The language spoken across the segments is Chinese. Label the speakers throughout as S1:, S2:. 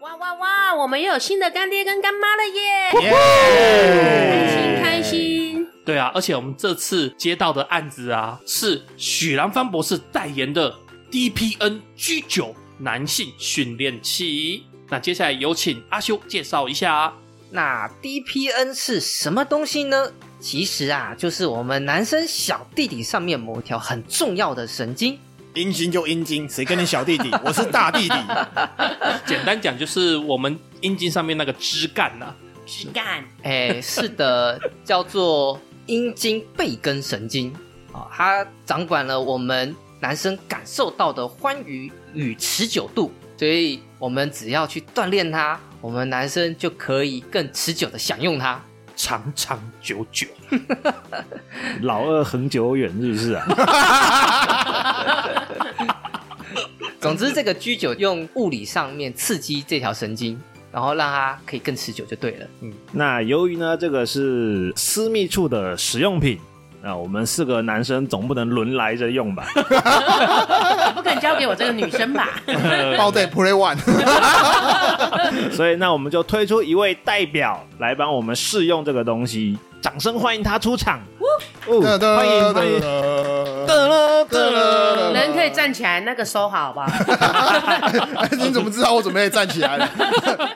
S1: 哇哇哇！我们又有新的干爹跟干妈了耶，开心
S2: 耶
S1: 开心！
S3: 对啊，而且我们这次接到的案子啊，是许兰芳博士代言的 DPN G 九男性训练器。那接下来有请阿修介绍一下啊。
S2: 那 DPN 是什么东西呢？其实啊，就是我们男生小弟弟上面某一条很重要的神经。
S4: 阴茎就阴茎，谁跟你 小弟弟？我是大弟弟。
S3: 简单讲，就是我们阴茎上面那个枝干啊呐、
S1: 枝干
S2: 哎，是的，叫做阴茎背根神经啊、哦它掌管了我们男生感受到的欢愉与持久度，所以我们只要去锻炼它，我们男生就可以更持久的享用它。
S3: 长长久久。
S5: 老二恒久远是不是 啊？
S2: 总之，这个 G 九用物理上面刺激这条神经，然后让它可以更持久就对了。
S5: 那由于呢，这个是私密处的使用品，那我们四个男生总不能轮来着用吧？
S1: 不肯交给我这个女生吧？
S4: 哦，对 ，Play One，
S5: 所以那我们就推出一位代表来帮我们试用这个东西，掌声欢迎他出场！哦
S4: 噔噔
S5: 欢迎欢迎！
S4: 噔
S5: 噔
S4: 噔
S5: 噔
S4: 噔
S1: 人可以站起来，那个收好吧？
S4: 你怎么知道我准备站起来了？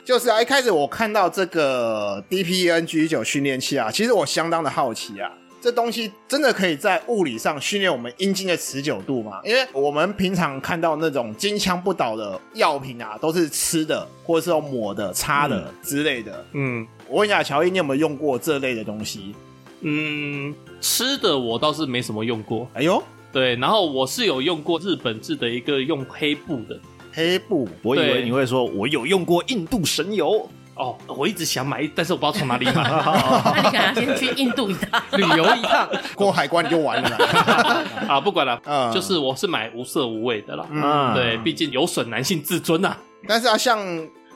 S4: 就是啊，一开始我看到这个 DPNG 九训练器啊，其实我相当的好奇啊。这东西真的可以在物理上训练我们阴茎的持久度吗？因为我们平常看到那种金枪不倒的药品啊，都是吃的或者是用抹的、擦的之类的。
S3: 嗯
S4: 我问一下乔伊，你有没有用过这类的东西？
S3: 嗯，吃的我倒是没什么用过。
S4: 哎呦，
S3: 对，然后我是有用过日本制的一个用黑布的。
S4: 黑布
S5: 我以为
S3: 对
S5: 你会说，我有用过印度神油，
S3: 哦，我一直想买，但是我不知道从哪里买。
S1: 那你可能要先去印度一趟。
S2: 旅游一趟，
S4: 过海关你就完了 啦。
S3: 啊，不管了，
S4: 嗯
S3: 就是我是买无色无味的啦。
S5: 啊
S3: 对，毕竟有损男性自尊呐、
S4: 但是啊，像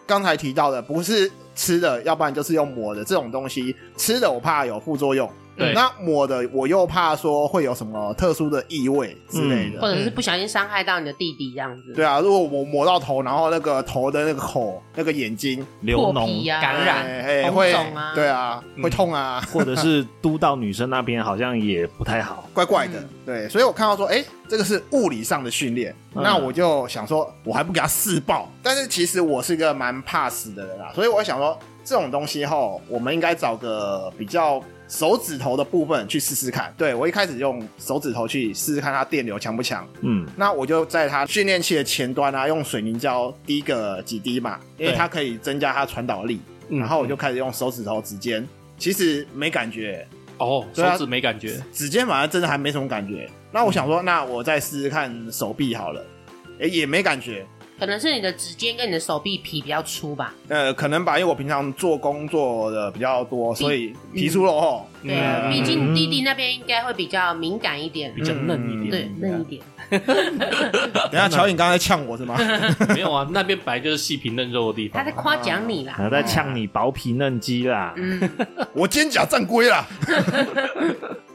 S4: 刚才提到的，不是吃的，要不然就是用抹的这种东西，吃的我怕有副作用，
S3: 对
S4: 那抹的我又怕说会有什么特殊的异味之类的。
S1: 或者是不小心伤害到你的弟弟这样子，
S4: 对啊，如果我抹到头，然后那个头的那个口、那个眼睛
S5: 流
S1: 破
S5: 脓
S1: 皮，啊呀、
S2: 感染
S4: 哎哎
S1: 红
S4: 会
S1: 肿啊
S4: 对啊，会痛啊，
S5: 或者是嘟到女生那边好像也不太好。
S4: 怪怪的
S1: 嗯。
S4: 对，所以我看到说，哎，这个是物理上的训练，
S5: 嗯
S4: 那我就想说，我还不给他试爆。但是其实我是一个蛮怕死的人啊，所以我想说，这种东西吼，我们应该找个比较手指头的部分去试试看。对我一开始用手指头去试试看它电流强不强。
S5: 嗯，
S4: 那我就在它训练器的前端啊，用水凝胶滴个几滴嘛，因为
S3: 对
S4: 它可以增加它传导力。
S3: 嗯
S4: 然后我就开始用手指头指尖，其实没感觉、
S3: 哦，手
S4: 对啊
S3: 指没感觉，
S4: 指尖反而真的还没什么感觉。那我想说，那我再试试看手臂好了，诶，也没感觉。
S1: 可能是你的指尖跟你的手臂皮比较粗吧，
S4: 呃，可能吧，因为我平常做工做的比较多，所以
S3: 嗯
S4: 皮粗肉厚，
S1: 对啊，毕竟弟弟那边应该会比较敏感一点，嗯
S3: 比较嫩
S4: 嗯
S3: 一
S1: 对
S3: 点。
S1: 嫩一点，
S4: 等一下乔颖刚才呛我是 吗？
S3: 没有啊，那边本来就是细皮嫩肉的地
S1: 他
S3: 方
S1: 在。夸奖你啦
S5: 然，后在呛你薄皮嫩肌啦。
S1: 嗯，
S4: 我肩胛正规 啦。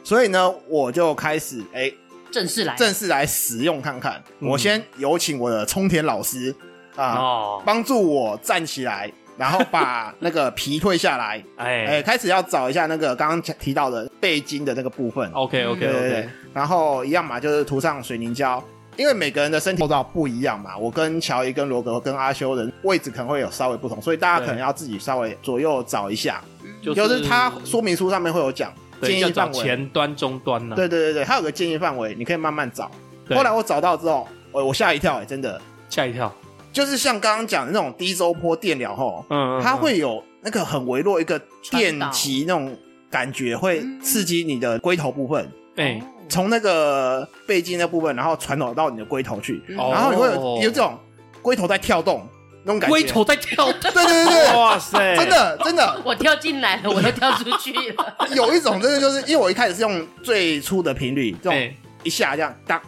S4: 所以呢，我就开始诶，
S1: 正式来，
S4: 正式来使用看看。
S3: 嗯
S4: 我先有请我的冲田老师 啊，
S3: 哦，
S4: 帮助我站起来，然后 把那个皮退下来。哎、
S3: 哎
S4: 开始要找一下那个刚刚提到的背筋的那个部分。
S3: ，OK OK
S4: 对对
S3: OK，
S4: 对，然后一样嘛，就是涂上水凝胶，因为每个人的身体构造不一样嘛。我跟乔伊、跟罗格、跟阿修的位置可能会有稍微不同，所以大家
S3: 对
S4: 可能要自己稍微左右找一下。
S3: 就
S4: 就是它说明书上面会有讲建
S3: 对要
S4: 议
S3: 找
S4: 范围，
S3: 前端、中端呢。啊
S4: 对对对对，它有个建议范围，你可以慢慢找。
S3: 对
S4: 后来我找到之后，我我吓一跳、哎，真的
S3: 吓一跳，
S4: 就是像刚刚讲的那种低周波电疗吼，
S3: 嗯，嗯
S4: 它
S3: 嗯
S4: 会有那个很微弱一个电极那种感觉，会刺激你的龟头部分，
S3: 哎，
S4: 从那个背筋那部分，然后传导到你的龟头去，
S3: 哦
S4: 然后你会有有这种龟头在跳动那种感觉。
S3: 龟头在跳动，
S4: 对，对对对
S5: 哇塞，
S4: 对，真的真的
S1: 我跳进来了，我又跳出去 了，
S4: 有一种真的就是，因为我一开始是用最初的频率，这种
S3: 哎
S4: 一下这样当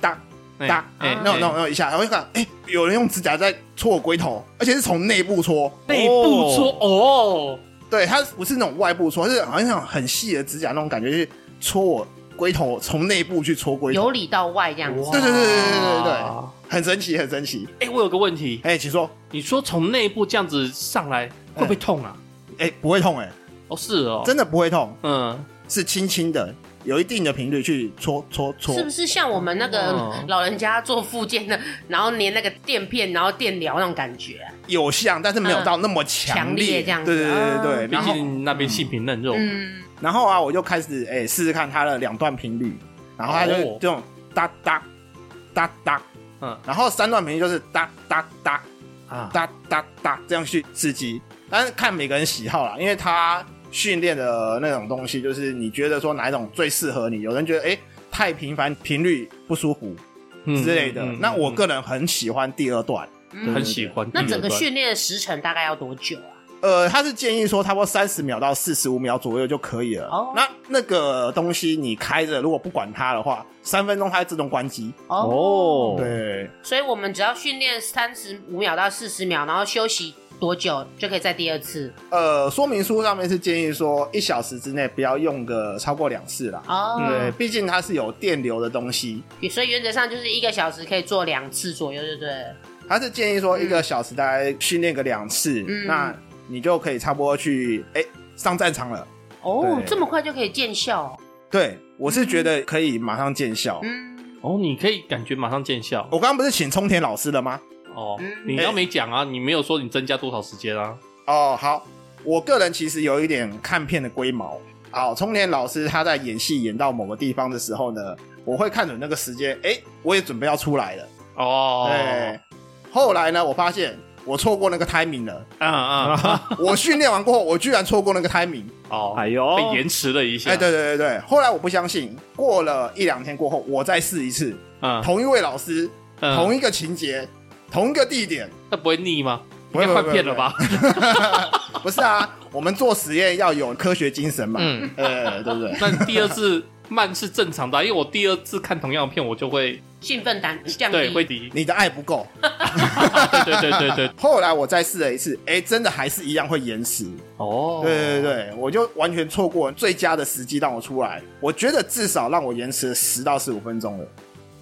S4: 当
S3: 哎
S4: 哒
S3: 哎，
S4: 那种那种那种一下，然后就看，哎，有人用指甲在搓我龟头，而且是从内部搓。
S3: 背哎部搓哦，
S4: 对，它不是那种外部搓，是好像那种很细的指甲那种感觉，去搓我龟头，从内部去搓龟头，
S1: 由里到外这样子，
S4: 对对对对对对对
S3: 哇，
S4: 很神奇，很神奇。
S3: 哎、我有个问题，
S4: 哎，请说，
S3: 你说从内部这样子上来会不会痛啊？
S4: 哎，不会痛，哎，
S3: 哦，是哦，
S4: 真的不会痛，
S3: 嗯，
S4: 是轻轻的，有一定的频率去搓搓搓
S1: 是。不是像我们那个
S3: 嗯
S1: 老人家做复健的，然后粘那个垫片，然后电疗那种感觉啊、
S4: 有像，但是没有到那么
S1: 嗯强
S4: 烈,、
S1: 烈这样子哦
S4: 对对对对对。
S3: 毕
S4: 然后
S3: 竟那边性平嫩肉，
S1: 嗯，
S4: 然后啊，我就开始哎试试看它的两段频率，然后它就
S3: 哦
S4: 这种哒哒哒哒，
S3: 嗯
S4: 然后三段频率就是哒哒哒
S3: 啊，
S4: 哒哒哒这样去刺激，但是看每个人喜好啦，因为他训练的那种东西，就是你觉得说哪一种最适合你，有人觉得哎。太频繁，频率不舒服
S3: 嗯
S4: 之类的。
S3: 嗯嗯
S4: 那我
S3: 嗯
S4: 个人很喜欢第二段，
S1: 嗯
S3: 很喜欢第
S1: 那
S3: 二段。
S1: 整个训练的时程大概要多久啊？
S4: 呃，他是建议说差不多三十秒到四十五秒左右就可以了。
S1: 哦
S4: 那那个东西你开着，如果不管它的话，三分钟它会自动关机。
S5: 哦，，
S4: 对，
S1: 所以我们只要训练三十五秒到四十秒，然后休息多久就可以再第二次
S4: 呃，说明书上面是建议说一小时之内不要用个超过两次啦。
S1: 哦。
S4: 对，毕竟它是有电流的东西，
S1: 所以原则上就是一个小时可以做两次左右，对不对？
S4: 它是建议说一个小时大概训练个两次，
S1: 嗯
S4: 那你就可以差不多去哎、上战场了。
S1: 哦
S4: 对，
S1: 这么快就可以见效哦、
S4: 对，我是觉得可以马上见效。
S1: 嗯，
S3: 哦，你可以感觉马上见效
S4: 我刚刚不是请冲田老师了吗？
S3: 哦
S1: 嗯。
S3: 你要没讲啊，你没有说你增加多少时间啊？
S4: 哦，好，我个人其实有一点看片的龟毛。好，冲田老师他在演戏演到某个地方的时候呢，我会看准那个时间，哎、我也准备要出来了。
S3: 哦，
S4: 哎、后来呢，我发现我错过那个 timing 了。
S3: 嗯嗯，
S4: 我训练完过后，我居然错过那个 timing。
S3: 哦，
S5: 哎呦，
S3: 被延迟了一下。
S4: 哎、对对对对，后来我不相信，过了一两天过后，我再试一次，
S3: 嗯，
S4: 同一位老师，
S3: 嗯
S4: 同一个情节，同一个地 点。
S3: 那不会腻吗？
S4: 不
S3: 应
S4: 会
S3: 该换片了吧？
S4: 不是啊，我们做实验要有科学精神嘛。
S2: 嗯，
S4: 呃，对不对？
S3: 那第二次慢是正常的啊，因为我第二次看同样的片，我就会
S1: 兴奋感降低，
S3: 对会低。
S4: 你的爱不够。
S3: 对对对对对，
S4: 后来我再试了一次，哎、真的还是一样会延迟。
S3: 哦，
S4: 对对对，我就完全错过最佳的时机让我出来。我觉得至少让我延迟十到十五分钟了，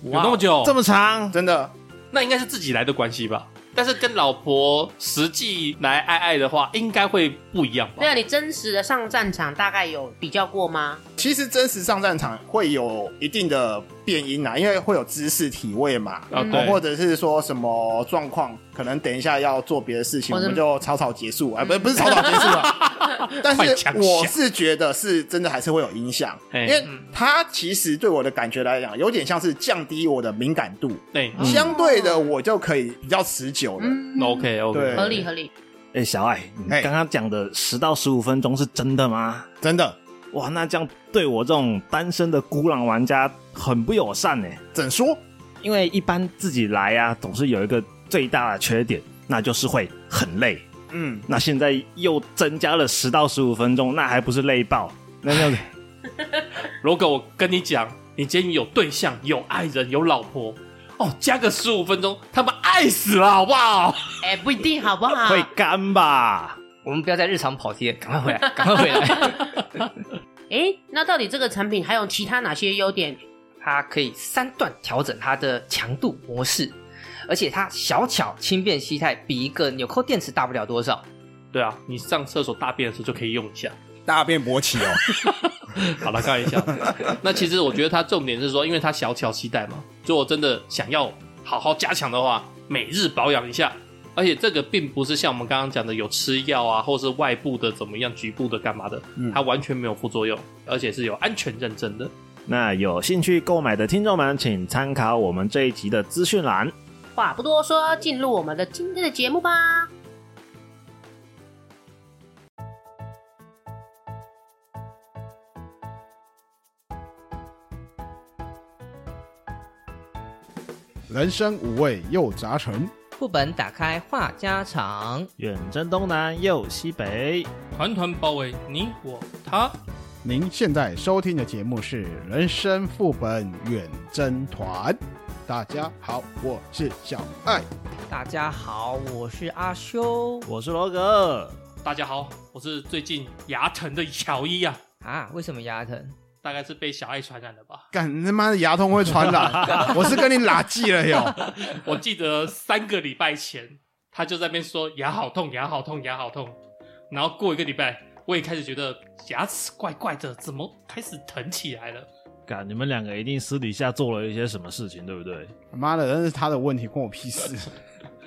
S3: 有那么久，
S5: 这么长，
S4: 真的。
S3: 那应该是自己来的关系吧？但是跟老婆实际来爱爱的话，应该会不一样吧
S1: 对？啊，你真实的上战场大概有比较过吗？
S4: 其实真实上战场会有一定的变音啊，因为会有姿势体位嘛，
S3: 啊，
S1: 嗯
S4: 哦或
S3: 对，
S4: 者是说什么状况，可能等一下要做别的事情，
S1: 或
S4: 我
S1: 者嗯
S4: 们就草草结束，哎、不是不是草草结束啊。 但
S3: 快
S4: 是
S3: 抢
S4: 我
S3: 下
S4: 是觉得是真的还是会有影响，因
S3: 哎
S4: 为它其实对我的感觉来讲，有点像是降低我的敏感度，
S3: 对
S5: 嗯
S4: 相对的我就可以比较持久了。
S1: 嗯，
S3: ，OK
S4: 对
S3: OK，
S1: 合理合理。
S5: 哎，小艾，你
S4: 哎
S5: 刚刚讲的十到十五分钟是真的吗？
S4: 真的，
S5: 哇，那这样对我这种单身的孤狼玩家很不友善呢。
S4: 怎说？
S5: 因为一般自己来啊，总是有一个最大的缺点，那就是会很累。
S4: 嗯，
S5: 那现在又增加了十到十五分钟，那还不是累爆？那那
S3: 如果我跟你讲，你今天有对象、有爱人、有老婆，哦，加个十五分钟，他们爱死了，好不好？
S1: 哎、不一定好不好？
S5: 会干吧？
S2: 我们不要在日常跑题了，赶快回来， 赶快回来。
S1: 哎、那到底这个产品还有其他哪些优点？
S2: 它可以三段调整它的强度模式，而且它小巧轻便携带，比一个纽扣电池大不了多少。
S3: 对啊，你上厕所大便的时候就可以用一下。
S4: 大变勃起 哦，
S3: 好了，开玩 笑。那其实我觉得它重点是说，因为它小巧携带嘛，如果真的想要好好加强的话，每日保养一下。而且这个并不是像我们刚刚讲的有吃药啊，或是外部的怎么样、局部的干嘛的，
S4: 嗯
S3: 它完全没有副作用，而且是有安全认证的。
S5: 那有兴趣购买的听众们，请参考我们这一集的资讯栏。
S1: 话不多说，进入我们的今天的节目吧。
S6: 人生五味又杂陈，
S2: 副本打开话家常，
S5: 远征东南又西北，
S3: 团团包围你我他，
S6: 您现在收听的节目是《人生副本远征团》。大家好，我是小爱。
S2: 大家好，我是阿修
S5: 我是罗格。
S3: 大家好，我是最近牙疼的乔伊啊。
S2: 啊。为什么牙疼？
S3: 大概是被小爱传染的 吧。
S6: 干你他妈的牙痛会传染，我是跟你拉近了哟。
S3: 我记得三个礼拜前，他就在那边说牙好痛，牙好痛，牙好痛。然后过一个礼拜，我也开始觉得牙齿怪怪的，怎么开始疼起来了？
S5: 干，你们两个一定私底下做了一些什么事情，对不对？
S6: 妈的，那是他的问题，关我屁事。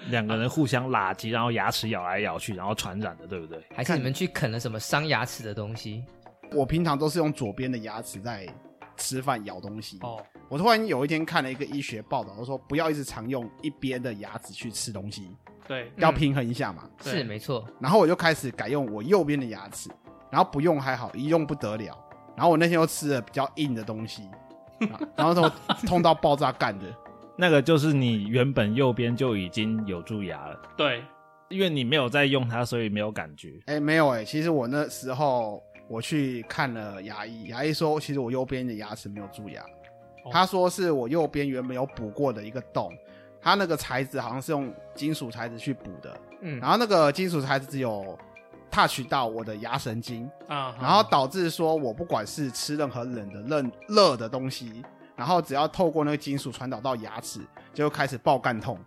S5: 两个人互相拉鸡，然后牙齿咬来咬去，然后传染的，对不对？
S2: 还是你们去啃了什么伤牙齿的东西？
S6: 我平常都是用左边的牙齿在吃饭咬东西。
S3: 哦，
S6: 我突然有一天看了一个医学报道，他说不要一直常用一边的牙齿去吃东西，
S3: 对，
S6: 要平衡一下嘛。
S3: 对
S2: 是没错，
S6: 然后我就开始改用我右边的牙齿，然后不用还好，一用不得了。然后我那天又吃了比较硬的东西，啊然后然后痛痛到爆炸干的。
S5: 那个就是你原本右边就已经有蛀牙了，
S3: 对，
S5: 因为你没有在用它，所以没有感觉。
S6: 哎、没有哎、其实我那时候我去看了牙医，牙医说其实我右边的牙齿没有蛀牙，
S3: 哦
S6: 他说是我右边原本有补过的一个洞，他那个材质好像是用金属材质去补的，
S2: 嗯，
S3: 啊
S6: 然后那个金属材质有 touch 到我的牙神经，
S3: 啊，
S6: 然后导致说我不管是吃任何冷的、任热的东西，然后只要透过那个金属传导到牙齿，就开始爆干痛。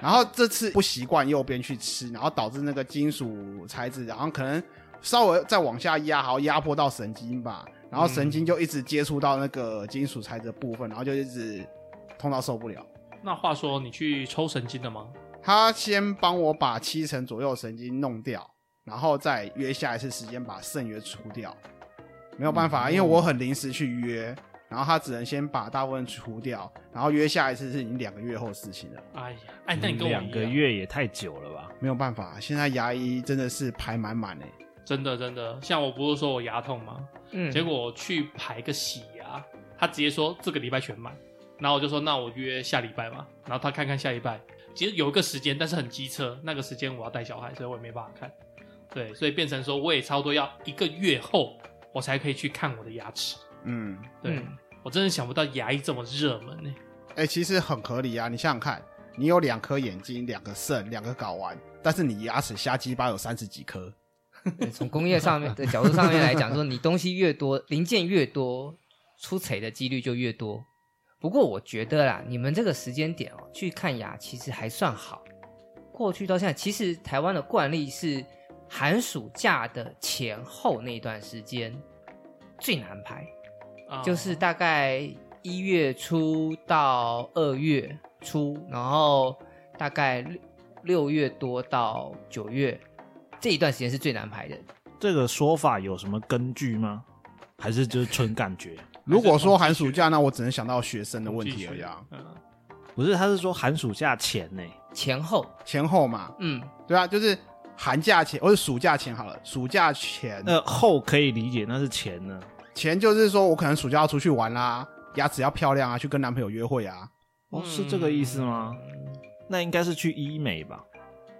S6: 然后这次不习惯右边去吃，然后导致那个金属材质，然后可能稍微再往下压，好像压迫到神经吧，然后神经就一直接触到那个金属材质的部分，然后就一直痛到受不了。
S3: 那话说，你去抽神经了吗？
S6: 他先帮我把七成左右的神经弄掉，然后再约下一次时间把肾约除掉。没有办
S3: 嗯
S6: 法，因为我很临时去约，然后他只能先把大部分除掉，然后约下一次是已经两个月后的事情了。
S3: 哎呀，哎，那你跟我一样
S5: 两个，月也太久了吧？
S6: 没有办法，现在牙医真的是排满满诶。
S3: 真的真的，像我不是说我牙痛吗？
S2: 嗯，
S3: 结果我去排个洗牙，他直接说这个礼拜全满，然后我就说那我约下礼拜吧，然后他看看下礼拜，其实有一个时间，但是很机车，那个时间我要带小孩，所以我也没办法看，对，所以变成说我也差不多要一个月后我才可以去看我的牙齿，
S6: 嗯，
S3: 对、
S2: 嗯
S3: 我真的想不到牙医这么热门呢、
S6: 哎、其实很合理啊，你想想看，你有两颗眼睛、两个肾、两个睾丸，但是你牙齿瞎鸡巴有三十几
S3: 哦
S6: 颗，
S2: 从工业上面的角度上面来讲，说你东西越多，零件越多，出彩的几率就越多。不过我觉得啦，你们这个时间点哦，去看牙其实还算好。过去到现在，其实台湾的惯例是寒暑假的前后那段时间最难排，
S3: 啊
S2: 就是大概一月初到二月初，然后大概六六月多到九月这一段时间是最难排的。
S5: 这个说法有什么根据吗？还是就是纯感觉？
S6: 如果说寒暑假，那我只能想到学生的问题而已 啊，
S3: 嗯，
S5: 不是，他是说寒暑假前呢、
S2: 前后，
S6: 前后嘛，
S2: 嗯，
S6: 对啊，就是寒假前或者暑假前好了，暑假
S4: 嗯
S6: 前、
S5: 那后可以理解，那是前呢。
S6: 前就是说我可能暑假要出去玩啦，牙齿要漂亮啊，去跟男朋友约会啊。
S5: 哦，是这个意思吗？
S3: 嗯
S5: 那应该是去医美吧？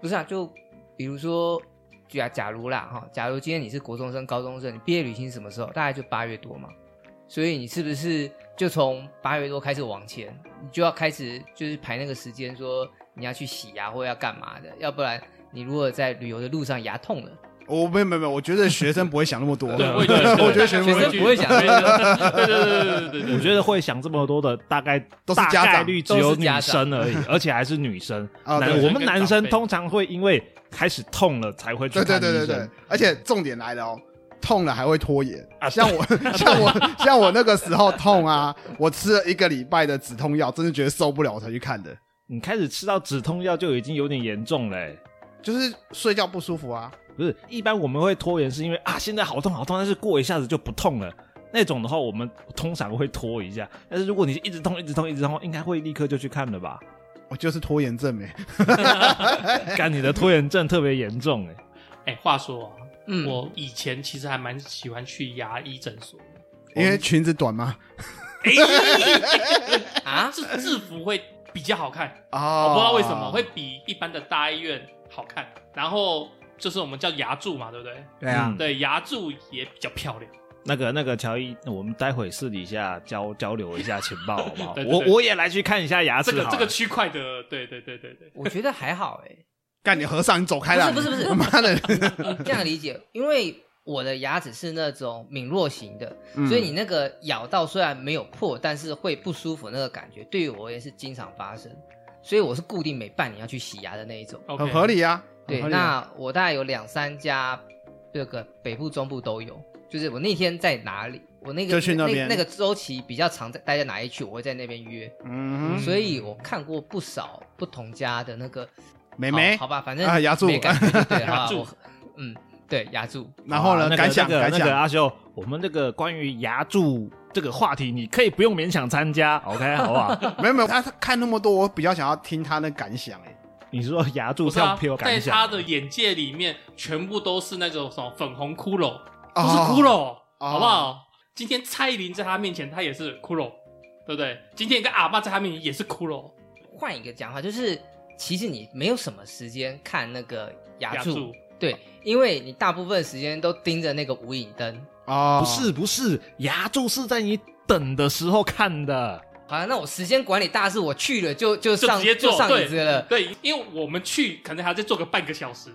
S2: 不是啊，就比如说，假假如啦哈，假如今天你是国中生、高中生，你毕业旅行什么时候？大概就八月多嘛，所以你是不是就从八月多开始往前，你就要开始就是排那个时间，说你要去洗牙或要干嘛的，要不然你如果在旅游的路上牙痛了，
S6: 我哦没有没有没有，我觉得学生不会想那么多。
S3: 对，我也觉得，
S6: 我觉得
S3: 学
S6: 学
S2: 生
S3: 生
S2: 不会想
S3: 对对对对对对对，
S5: 我觉得会想这么多的，大概
S6: 都是
S5: 大
S6: 家长
S5: 概率只有
S2: 都是
S5: 女
S2: 家长
S5: 生而已，而且还是女 生。
S6: 啊
S5: 男
S6: 对
S5: 我们
S3: 跟
S5: 男
S3: 长
S5: 生
S3: 辈
S5: 通常会因为开始痛了才会去
S6: 对对
S5: 看
S6: 对对
S5: 医
S6: 对
S5: 生。，
S6: 而且重点来了哦。痛了还会拖延，
S5: 啊
S6: 像我像我像我那个时候痛啊，我吃了一个礼拜的止痛药，真的觉得受不了我才去看的，
S5: 你开始吃到止痛药就已经有点严重了欸、
S6: 就是睡觉不舒服啊，
S5: 不是，一般我们会拖延，是因为啊，现在好痛好痛，但是过一下子就不痛了。那种的话，我们通常会拖一下。但是如果你一直痛、一直痛、一直痛，应该会立刻就去看了吧？
S6: 我就是拖延症欸没、
S5: 干，你的拖延症特别严重哎、
S3: 哎、话说啊，
S2: 嗯，
S3: 我以前其实还蛮喜欢去牙医诊所的。哦
S6: 因为裙子短嘛。
S2: 啊，
S3: 制哎制服会比较好看，
S6: 啊
S3: 哦我不知道为什么会比一般的大医院好看。然后就是我们叫牙柱嘛，对不对？
S6: 对啊，
S5: 嗯
S3: 对，牙柱也比较漂亮。
S5: 那个、那个，乔伊，我们待会私底下交交流一下情报，好不好？
S3: 对对对
S5: 我我也来去看一下牙齿
S3: 这个
S5: 好了
S3: 这个区块的，对对对对对，
S2: 我觉得还好哎、
S6: 干你和尚，你走开啦！
S2: 不是不是不是
S6: 你妈的！
S2: 这样理解，因为我的牙齿是那种敏弱型的，
S4: 嗯
S2: 所以你那个咬到虽然没有破，但是会不舒服那个感觉，对于我也是经常发生，所以我是固定每半年要去洗牙的那一种。
S3: OK
S4: 很合理啊。
S2: 对
S4: 很合，理啊
S2: 那我大概有两三家，这个北部、中部都有。就是我那天在哪里，我那个
S4: 就去那边
S2: 那个周期比较长，在待在哪一区，我会在那边约。
S4: 嗯哼，
S2: 所以我看过不少不同家的那个
S4: 妹妹
S2: 好好吧，反正
S4: 啊牙柱
S2: 没感觉 就对
S3: 牙
S2: 啊，
S3: 柱
S2: 我嗯，对牙柱，
S4: 然后
S5: 好啊
S4: 呢，
S5: 那个
S4: 感想
S5: 那个
S4: 感
S5: 那个
S4: 想，
S5: 阿修，我们这个关于牙柱这个话题，你可以不用勉强 参加，OK，好不好？
S4: 没有没有，他他看那么多，我比较想要听他的感想
S6: 欸
S4: 哎。
S5: 你说牙柱
S3: 不是啊
S5: 上飘，
S3: 在
S5: 感想，
S3: 他的眼界里面，全部都是那种什么粉红骷髅，
S4: 哦
S2: 啊
S3: 都是骷髅，好不
S4: 哦，
S3: 好？今天蔡依林在他面前，他也是骷髅，对不对？今天一个阿嬷在他面前也是骷髅，
S2: 换一个讲法，就是其实你没有什么时间看那个
S3: 牙
S2: 牙柱，
S3: 柱
S2: 对，因为你大部分时间都盯着那个无影灯。
S4: 哦，
S5: 不是不是，牙柱是在你等的时候看的，
S2: 好像那我时间管理大师，我去了就就
S3: 就
S2: 上
S3: 直接做
S2: 上
S3: 对
S2: 椅子了。
S3: 对，因为我们去可能还要再坐个半个小时，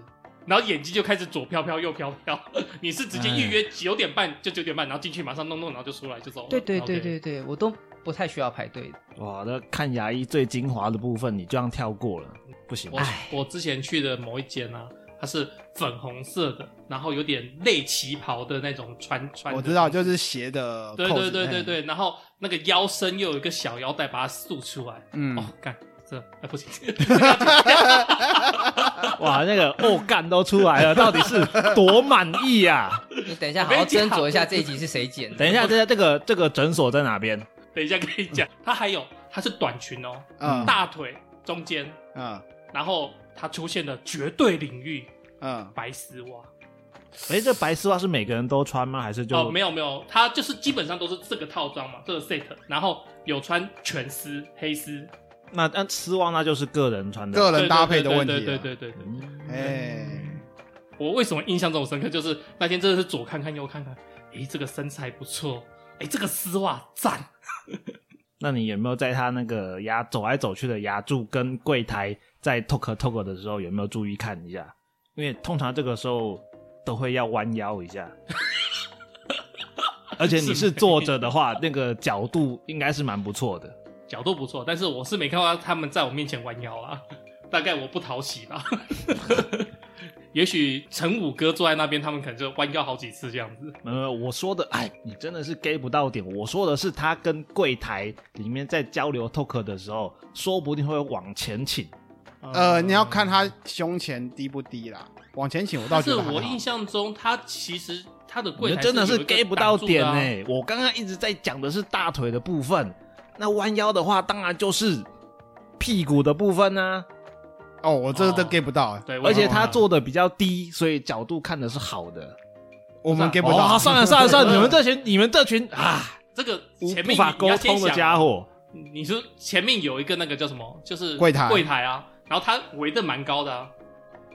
S3: 然后眼睛就开始左飘飘右飘飘。 你是直接预约九点半就九点半，然后进去马上弄弄，然后就出来就走了。
S2: 对对对
S3: OK
S2: 对对，我都不太需要排队的。
S5: 哇，那看牙医最精华的部分，你就这样跳过了，不行，
S3: 我我之前去的某一间啊，它是粉红色的，然后有点类旗袍的那种穿穿的。
S4: 我知道，就是鞋的
S3: 对
S4: 扣子
S3: 对
S4: 哎
S3: 对对，
S4: 嘿
S3: 对，然后那个腰身又有一个小腰带把它束出来。
S4: 嗯
S3: 哦，干这哎不行，
S5: 哇，那个哦干都出来了，到底是多满意啊？
S2: 你等 一下好好斟酌一下这一集是谁剪的。
S5: 等一下，这这个这个诊所在哪边？
S3: 等一下跟你讲，它还有它是短裙哦，
S4: 嗯
S3: 大腿中间，
S4: 嗯
S3: 然后它出现了绝对领域
S4: 嗯，
S3: 白丝袜。
S5: 哎，这白丝袜是每个人都穿吗？还是就
S3: 哦，没有没有，它就是基本上都是这个套装嘛，这个 set，然后有穿全丝、黑丝，
S5: 那那丝袜那就是个人穿的，
S4: 个人搭配的问题啊，
S3: 对对对对对对对
S5: 嗯
S4: 哎，
S3: 我为什么印象这么深刻？就是那天真的是左看看右看看，诶，这个身材不错，诶，这个丝袜赞。
S5: 那你有没有在他那个牙走来走去的牙柱跟柜台在 talk talk 的时候，有没有注意看一下？因为通常这个时候都会要弯腰一 下，而且你是坐着的话，那个角度应该是蛮不错的。
S3: 角度不错，但是我是没看到他们在我面前弯腰啦，大概我不讨喜吧。 也许陈武哥坐在那边，他们可能就弯腰好几次这样子。
S5: 呃，我说的，哎，你真的是 get 不到点。我说的是他跟柜台里面在交流 talk 的时候，说不定会往前倾。哦
S4: 呃，你要看他胸前低不低啦，往前倾我倒
S3: 嗯但
S4: 觉
S3: 是
S4: 得还好
S3: 我印象中，他其实他的
S5: 我
S3: 柜
S5: 们
S3: 台
S5: 真的
S3: 有
S5: 是
S3: 一个
S5: get 不到点欸
S3: 挡
S5: 呢、
S3: 住的啊
S5: 我刚刚一直在讲的是大腿的部分，那弯腰的话，当然就是屁股的部分呢、
S4: 哦，我这个都
S3: 哦
S4: get 不到欸，
S3: 对，我
S5: 而且
S3: 懂
S5: 他
S3: 了
S5: 做的比较低，所以角度看的是好的。
S4: 我们 get 不
S5: 哦，
S4: 到，
S5: 好算了算了 算了，你们这群你们这群啊，
S3: 这个
S5: 无
S3: 前
S5: 不
S3: 面
S5: 法
S3: 你
S5: 沟
S3: 要先
S5: 通的
S3: 想
S5: 家伙，
S3: 你说前面有一个那个叫什么，就是
S4: 柜台
S3: 柜台啊，然后它围的蛮高的啊，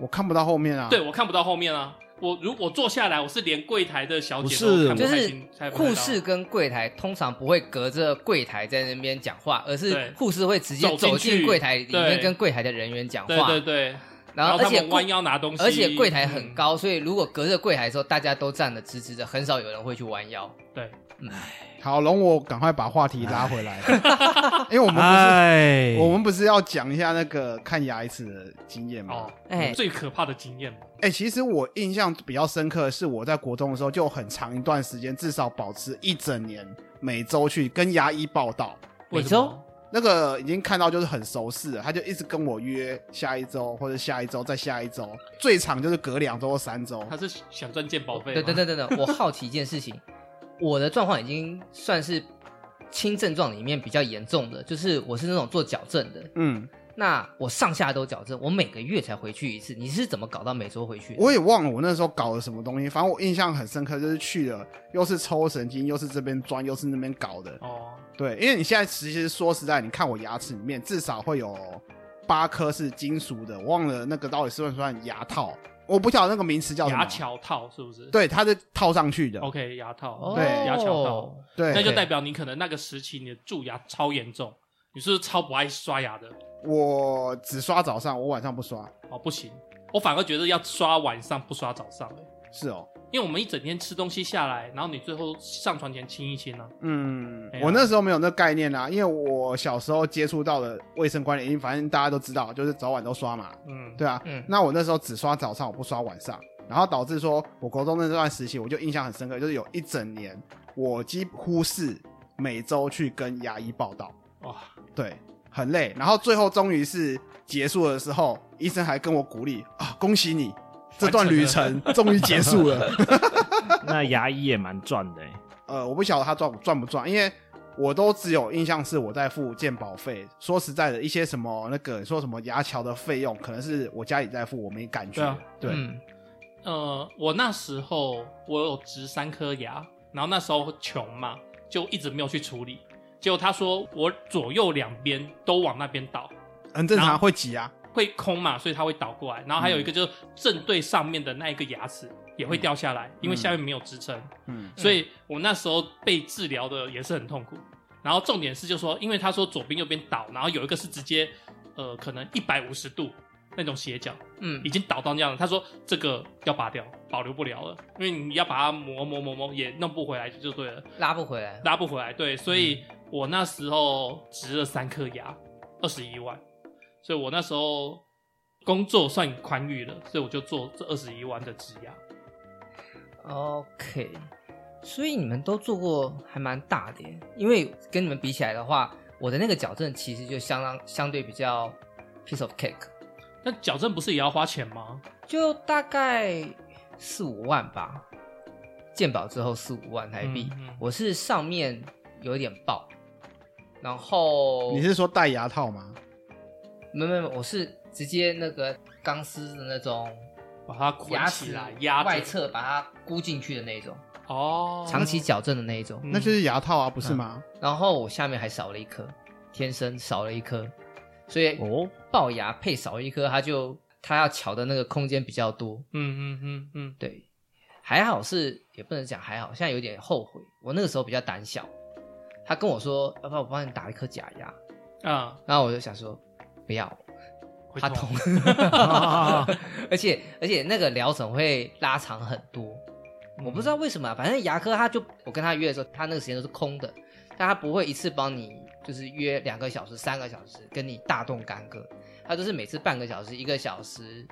S4: 我看不到后面啊，
S3: 对，我看不到后面啊。我如果坐下来，我是连柜台的小姐
S5: 不
S3: 都
S5: 是
S3: 看不
S2: 就
S3: 太
S2: 是
S3: 清才 不太
S2: 护
S3: 到
S2: 士跟柜台通常不会隔着柜台在那边讲话，而
S3: 对
S2: 是护士会直接
S3: 走进
S2: 走进
S3: 去
S2: 柜台里
S3: 对
S2: 面跟柜台的人员讲话。
S3: 对对对，
S2: 然后
S3: 他
S2: 而且
S3: 们弯
S2: 柜
S3: 腰拿东西，
S2: 而且柜台很
S3: 嗯
S2: 高，所以如果隔着柜台的时候，大家都站得直直的，很少有人会去弯腰。
S3: 对，
S4: 好，容我赶快把话题拉 回来，因为我们不
S5: 哎
S4: 是我们不是要讲一下那个看牙齿的经验吗？
S3: 哦，
S2: 哎
S3: 最可怕的经验嘛，
S4: 哎、其实我印象比较深刻的是，我在国中的时候就很长一段时间，至少保持一整年，每周去跟牙医报道。
S3: 为
S2: 每
S3: 什么
S2: 周？
S4: 那个已经看到就是很熟识了，他就一直跟我约下一周，或者下一周，再下一周，最长就是隔两周或三周。
S3: 他是想赚健保费，
S2: 对对，对对对，我好奇一件事情，我的状况已经算是轻症状里面比较严重的，就是我是那种做矫正的，
S4: 嗯，
S2: 那我上下都矫正，我每个月才回去一次。你是怎么搞到每周回去的？
S4: 我也忘了我那时候搞了什么东西，反正我印象很深刻，就是去了，又是抽神经，又是这边钻，又是那边搞的。
S3: 哦，
S4: 对，因为你现在其实说实在，你看我牙齿里面至少会有八颗是金属的，我忘了那个到底算不算牙套，我不晓得那个名词叫什么。
S3: 牙，桥套是不是？
S4: 对，它是套上去的。
S3: ，OK，牙套，
S2: 哦
S4: 对
S3: 牙桥套，
S4: 对，
S3: 那就
S2: 对
S3: 代表你可能那个时期你的蛀牙超严重，你是不是超不爱刷牙的？
S4: 我只刷早上，我晚上不刷。
S3: 哦，不行，我反而觉得要刷晚上不刷早上、欸
S4: 是哦，
S3: 因为我们一整天吃东西下来，然后你最后上床前清一清啊。
S4: 嗯
S3: 哎，呀
S4: 我那时候没有那概念啊啦，因为我小时候接触到的卫生观念，因为反正大家都知道，就是早晚都刷嘛，
S3: 嗯，
S4: 对啊。
S2: 嗯
S4: 那我那时候只刷早上，我不刷晚上，然后导致说我国中那段时期，我就印象很深刻，就是有一整年我几乎是每周去跟牙医报道，
S3: 哇，
S4: 对，很累。然后最后终于是结束的时候，医生还跟我鼓励啊，恭喜你。这段旅程 终于结束了，
S5: 那牙医也蛮赚的、欸，
S4: 呃，我不晓得他赚赚不赚，因为我都只有印象是我在付健保费。说实在的，一些什么那个说什么牙桥的费用，可能是我家里在付，我没感觉。
S3: 对啊
S4: 对
S2: 嗯
S3: 呃，我那时候我有植三颗牙，然后那时候穷嘛，就一直没有去处理。结果他说我左右两边都往那边倒，
S4: 很正
S3: 然
S4: 常，
S3: 后
S4: 会挤啊。
S3: 会空嘛，所以它会倒过来。然后还有一个就是正对上面的那一个牙齿也会掉下来，因为下面没有支撑。
S4: 嗯，
S3: 所以我那时候被治疗的也是很痛苦。然后重点是，就说因为他说左边右边倒，然后有一个是直接呃可能一百五十度那种斜角，
S2: 嗯
S3: 已经倒到那样了。他说这个要拔掉，保留不了了，因为你要把它磨磨磨磨也弄不回来就对了，
S2: 拉不回来。
S3: 拉不回来。对，所以我那时候植了三颗牙，二十一万，所以我那时候工作算宽裕了，所以我就做这二十一万的植牙。
S2: OK，所以你们都做过还蛮大的耶，因为跟你们比起来的话，我的那个矫正其实就相当相对比较 piece of cake，
S3: 那矫正不是也要花钱吗？
S2: 就大概四五万吧，鉴宝之后四五万台币。
S3: 嗯嗯
S2: 我是上面有点爆，然后
S4: 你是说戴牙套吗？
S2: 没没没，我是直接那个钢丝的那种
S3: 把它捆
S2: 牙
S3: 起
S2: 齿
S3: 来，压着
S2: 外侧把它箍进去的那种，
S3: 哦，
S2: 长期矫正的那一种。
S3: 嗯
S4: 那就是牙套啊，不是吗？
S2: 然后我下面还少了一颗，天生少了一颗，所以
S5: 哦
S2: 龅牙配少一颗，它就它要瞧的那个空间比较多。
S3: 嗯嗯嗯嗯，
S2: 对，还好是也不能讲还好，现在有点后悔，我那个时候比较胆小。他跟我说，要不然我帮你打一颗假牙，
S3: 啊，
S2: 然后我就想说不要，
S3: 会
S2: 它痛， 而且而且那个疗程会拉长很多，我不知道为什么啊、反正牙科他就我跟他约的时候，他那个时间都是空的，但他不会一次帮你就是约两个小时、三个小时跟你大动干戈，他就是每次半个小时、一个小时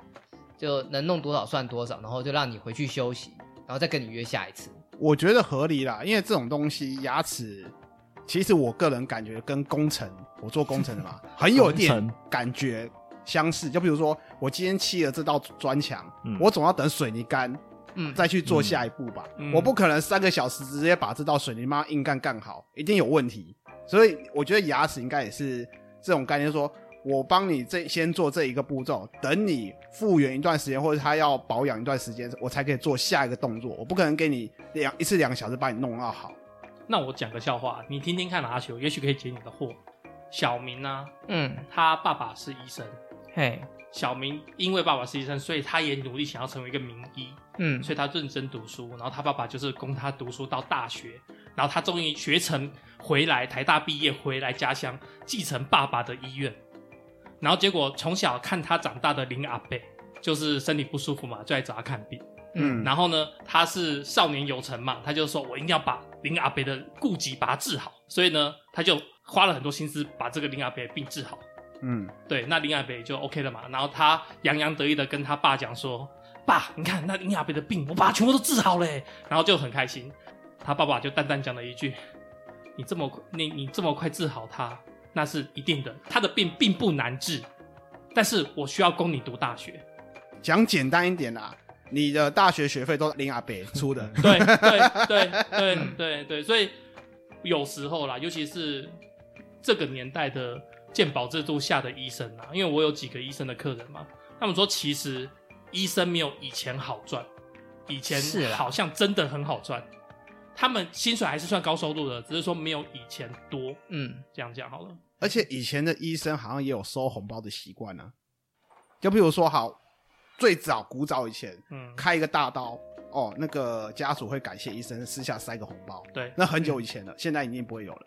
S2: 就能弄多少算多少，然后就让你回去休息，然后再跟你约下一次。
S4: 我觉得合理啦，因为这种东西牙齿，其实我个人感觉跟工程，我做工程的嘛，很有点
S5: 工程
S4: 感觉相似。就比如说，我今天砌了这道砖墙，
S5: 嗯
S4: 我总要等水泥干，
S2: 嗯，
S4: 再去做下一步吧。
S3: 嗯
S4: 我不可能三个小时直接把这道水泥妈硬干干好，一定有问题。所以我觉得牙齿应该也是这种概念说。我帮你这先做这一个步骤，等你复原一段时间，或者他要保养一段时间，我才可以做下一个动作。我不可能给你两一次两个小时把你弄到好。
S3: 那我讲个笑话，你听听看阿修，也许可以解你的惑。小明呢、
S2: 嗯，
S3: 他爸爸是医生，
S2: 嘿，
S3: 小明因为爸爸是医生，所以他也努力想要成为一个名医，
S2: 嗯
S3: 所以他认真读书，然后他爸爸就是供他读书到大学，然后他终于学成回来，台大毕业回来家乡，继承爸爸的医院，然后结果从小看他长大的林阿贝，就是身体不舒服嘛，就来找他看病。
S2: 嗯
S3: 然后呢，他是少年有成嘛，他就说我一定要把林阿北的痼疾把它治好，所以呢，他就花了很多心思把这个林阿北的病治好。
S4: 嗯，
S3: 对，那林阿北就 OK 了嘛。然后他洋洋得意的跟他爸讲说：“爸，你看那林阿北的病，我把它全部都治好嘞。”然后就很开心。他爸爸就淡淡讲了一句：“你这么快，你你这么快治好他，那是一定的。他的病并不难治，但是我需要供你读大学。”
S4: 讲简单一点啦，你的大学学费都是林阿北出 的。
S3: 对对对对对对，所以有时候啦，尤其是这个年代的健保制度下的医生啊，因为我有几个医生的客人嘛，他们说其实医生没有以前好赚，以前
S2: 是啦
S3: 好像真的很好赚，他们薪水还是算高收入的，只是说没有以前多。
S2: 嗯，
S3: 这样讲好了，
S4: 而且以前的医生好像也有收红包的习惯呢。就比如说，好，最早古早以前，
S3: 嗯，
S4: 开一个大刀，哦，那个家属会感谢医生，私下塞个红包。
S3: 对，
S4: 那很久以前了，现在已经不会有了。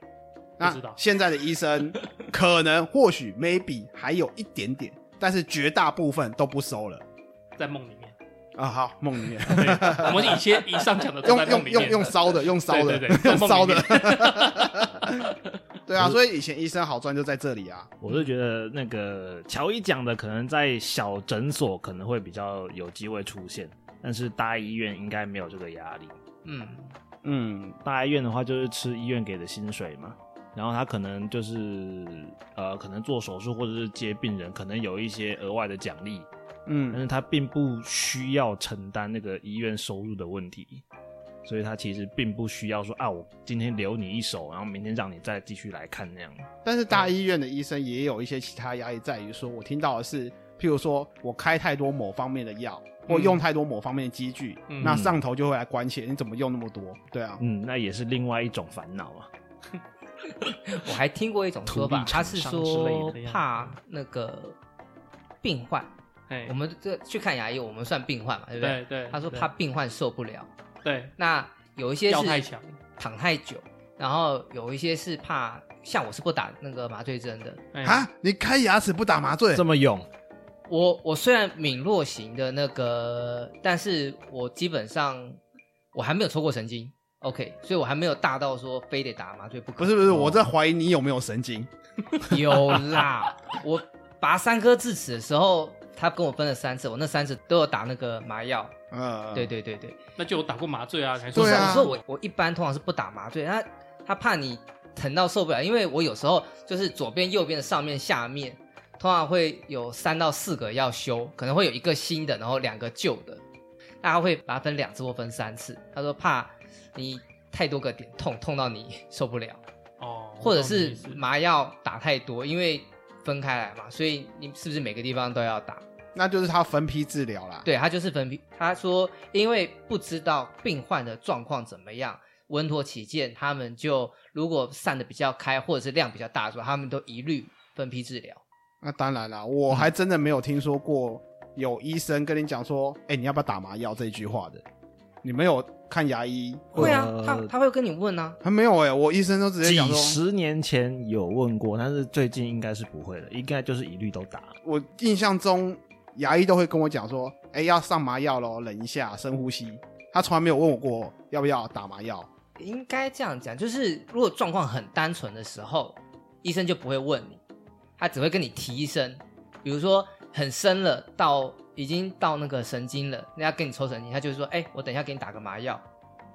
S4: 那
S3: 嗯不知道
S4: 现在的医生可能或许 maybe 还有一点点，但是绝大部分都不收了。
S3: 在梦里面，
S4: 啊，好，梦里面
S3: 对，我们以前以上讲的都在
S4: 用
S3: 梦
S4: 用
S3: 里
S4: 用
S3: 面。
S4: 用烧的，用烧的，
S3: 对对对
S4: 用 烧的
S3: 在。
S4: 对 啊，所以以前医生好赚就在这里啊。
S5: 我是觉得那个乔伊讲的，可能在小诊所可能会比较有机会出现，但是大医院应该没有这个压力。
S2: 嗯，
S4: 嗯，
S5: 大医院的话就是吃医院给的薪水嘛，然后他可能就是呃，可能做手术或者是接病人，可能有一些额外的奖励，但
S4: 嗯，
S5: 是他并不需要承担那个医院收入的问题，所以他其实并不需要说啊，我今天留你一手，然后明天让你再继续来看那样。
S4: 但是大医院的医生也有一些其他压力，在于说我听到的是，譬如说我开太多某方面的药，或用太多某方面的机具，
S3: 嗯
S4: 那上头就会来关切你怎么用那么多？对啊，
S5: 嗯，那也是另外一种烦恼啊。
S2: 我还听过一种说
S5: 土
S2: 法
S5: 地，
S2: 他
S5: 厂
S2: 是
S5: 商之类
S2: 说
S3: 的样子
S2: 怕那个病患，
S3: 哎
S2: 我们这去看牙医，我们算病患嘛，对不
S3: 对
S2: 对？
S3: 对，
S2: 他说
S3: 对
S2: 怕病患受不了，
S3: 对
S2: 那有一些
S3: 药
S2: 是
S3: 太强，
S2: 躺太久，然后有一些是怕，像我是不打那个麻醉针的。
S3: 哎
S4: 啊，你开牙齿不打麻醉
S5: 这，么勇，
S2: 我我虽然敏弱型的那个，但是我基本上我还没有抽过神经，OK，所以我还没有大到说非得打麻醉不可。
S4: 不是不是，我在怀疑你有没有神经。
S2: 有啦，我拔三颗智齿的时候，他跟我分了三次，我那三次都有打那个麻药。
S4: 呃，
S2: 对对对对，
S3: 那就有打过麻醉啊，才说
S4: 对啊
S2: 我说我我一般通常是不打麻醉，他他怕你疼到受不了，因为我有时候就是左边、右边、上面、下面，通常会有三到四个要修，可能会有一个新的，然后两个旧的，那他会把它分两次或分三次。他说怕你太多个点痛，痛到你受不了。
S3: 哦，我懂
S2: 或者
S3: 你
S2: 是
S3: 意思
S2: 麻药打太多，因为分开来嘛，所以你是不是每个地方都要打？
S4: 那就是他分批治疗啦。
S2: 对他就是分批。他说，因为不知道病患的状况怎么样，稳妥起见，他们就如果散的比较开，或者是量比较大的时候，他们都一律分批治疗。
S4: 那当然啦，我还真的没有听说过有医生跟你讲说，哎、你要不要打麻药这一句话的。你没有看牙医？
S2: 会啊，
S5: 呃
S2: 他他会跟你问啊，
S4: 还没有哎、我医生都直接
S5: 几
S4: 讲说，
S5: 十年前有问过，但是最近应该是不会了，应该就是一律都打。
S4: 我印象中牙医都会跟我讲说，哎、要上麻药咯，忍一下，深呼吸。他从来没有问我过要不要打麻药。
S2: 应该这样讲，就是如果状况很单纯的时候，医生就不会问你，他只会跟你提一声，比如说很深了，到已经到那个神经了，人家跟你抽神经，他就会说，哎、我等一下给你打个麻药，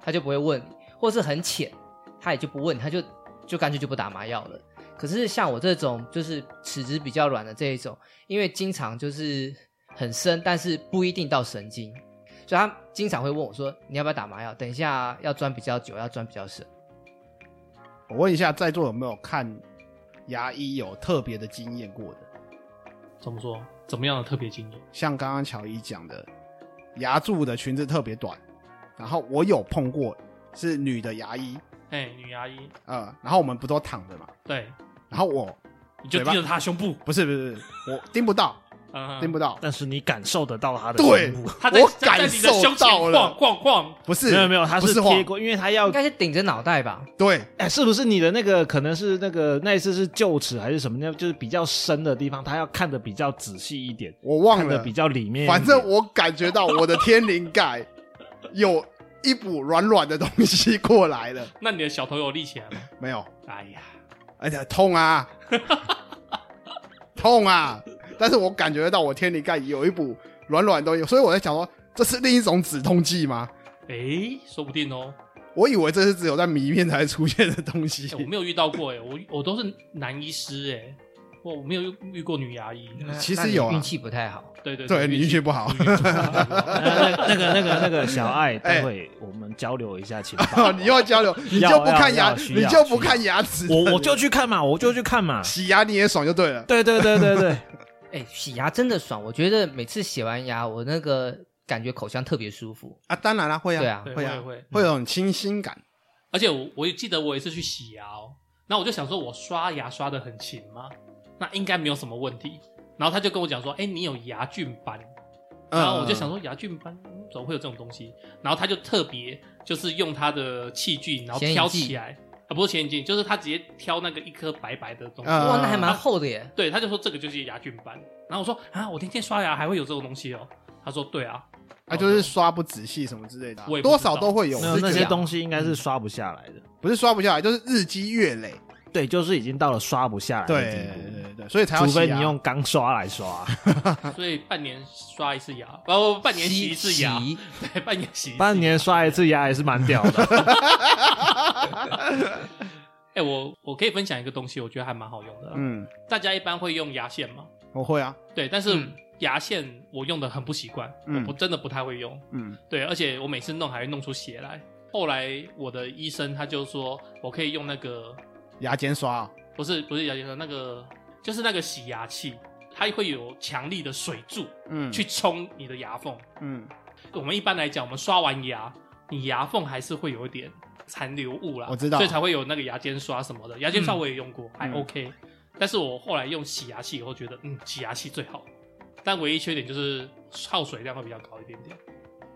S2: 他就不会问你，或是很浅，他也就不问你，他就就干脆就不打麻药了。可是像我这种就是齿质比较软的这一种，因为经常就是很深，但是不一定到神经，所以他经常会问我说：“你要不要打麻药？等一下要钻比较久，要钻比较深。
S4: 我问一下在座有没有看牙医有特别的经验过的？
S3: 怎么说？怎么样的特别经验？
S4: 像刚刚乔伊讲的，牙柱的裙子特别短，然后我有碰过是女的牙医，
S3: 哎，女牙医，
S4: 呃，然后我们不都躺着嘛，
S3: 对，
S4: 然后我
S3: 你就
S4: 嘴巴
S3: 盯着她胸部，
S4: 不是不是不是，我盯不到，
S3: 嗯
S4: 盯不到，
S5: 但是你感受得到他的
S4: 对
S5: 进步，
S3: 她在
S4: 我
S3: 在在
S4: 感
S3: 你的
S4: 受
S3: 胸前
S4: 到
S3: 晃
S4: 了，
S3: 晃晃，
S4: 不是
S5: 没有没有，他
S4: 不是晃
S5: 贴，过，因为他
S4: 哦
S5: 要
S2: 应该是顶着脑袋吧？
S4: 对
S5: 哎，是不是你的那个可能是那个那一次是臼齿还是什么？那就是比较深的地方，他要看的比较仔细一点，
S4: 我忘
S5: 看的
S4: 了
S5: 比，较里面一点。
S4: 反正我感觉到我的天灵盖有一股软软的东西过来了，
S3: 那你的小头有立起来吗？
S4: 没有，
S3: 哎呀，
S4: 而且痛啊，痛啊！但是我感觉到我天灵盖有一股软软的东西，所以我在想说，这是另一种止痛剂吗？
S3: 哎，说不定哦。
S4: 我以为这是只有在迷片才会出现的东西
S3: 哎，我没有遇到过，哎，我我都是男医师，哎，我我没有遇遇过女牙医。
S2: 那
S4: 其
S2: 那
S4: 实
S2: 你
S4: 有啊
S2: 运气不太好。
S3: 对对
S4: 对，你运气
S3: 气
S4: 不好
S3: 运。气不好
S5: 那那个那个那个小爱，待会我们交流一下情报。
S4: 哦 你又要交流，你
S5: 要
S4: 就不看
S5: 要
S4: 牙，
S5: 要需
S4: 你
S5: 要
S4: 就不看牙齿，
S5: 我我就去看嘛，我就去看嘛。
S4: 洗牙你也爽就对了。
S5: 对对对对 对，
S2: 哎，洗牙真的爽，我觉得每次洗完牙，我那个感觉口腔特别舒服。
S4: 啊，当然啦，会
S2: 对啊
S3: 对
S4: 会
S3: 会
S4: 啊，
S3: 会。
S4: 会有种清新感。
S3: 而且我我也记得我有一次去洗牙哦，然后我就想说，我刷牙刷的很勤吗？那应该没有什么问题。然后他就跟我讲说，哎、你有牙菌斑。
S4: 嗯
S3: 然啊后我就想说，牙菌斑嗯怎么会有这种东西？然后他就特别就是用他的器具，然后
S2: 显影
S3: 挑
S2: 剂
S3: 起来，啊，不是显影剂，就是他直接挑那个一颗白白的东西。
S4: 嗯
S2: 哇，那还蛮厚的耶。
S3: 对，他就说这个就是牙菌斑。然后我说啊，我天天刷牙还会有这种东西哦。他说对啊，
S4: 啊，就是刷不仔细什么之类的啊
S3: 我也，不知道
S4: 多少都会有。
S5: 没
S4: 我
S5: 有
S4: 是
S5: 那
S4: 觉
S5: 些
S4: 得
S5: 东西应该是刷不下来的，
S4: 不是刷不下来，就是日积月累。
S5: 对，就是已经到了刷不下来
S4: 对
S5: 的
S4: 对
S5: 地步。
S4: 对对，所以才要
S5: 除
S4: 洗啊
S5: 非你用钢刷来刷，
S3: 哦所以半年刷一次牙，然后半年洗一次牙，
S2: 洗
S3: 对，半年洗一次。
S5: 半年刷一次牙也是蛮屌的。
S3: 哎、我我可以分享一个东西，我觉得还蛮好用的。嗯，
S4: 嗯，
S3: 大家一般会用牙线嘛，
S4: 我会啊，
S3: 对，但是
S2: 嗯
S3: 牙线我用的很不习惯，
S4: 嗯
S3: 我不真的不太会用。
S4: 嗯，
S3: 对，而且我每次弄还会弄出血来。后来我的医生他就说我可以用那个
S4: 牙尖刷啊，
S3: 不是不是牙线刷，那个就是那个洗牙器，它会有强力的水柱
S4: 嗯，
S3: 去冲你的牙缝。
S4: 嗯，
S3: 我们一般来讲，我们刷完牙，你牙缝还是会有一点残留物啦，
S4: 我知道
S3: 所以才会有那个牙尖刷什么的。牙尖刷我也用过，还
S4: 嗯
S3: OK。但是我后来用洗牙器以后，觉得嗯，洗牙器最好，但唯一缺点就是耗水量会比较高一点点。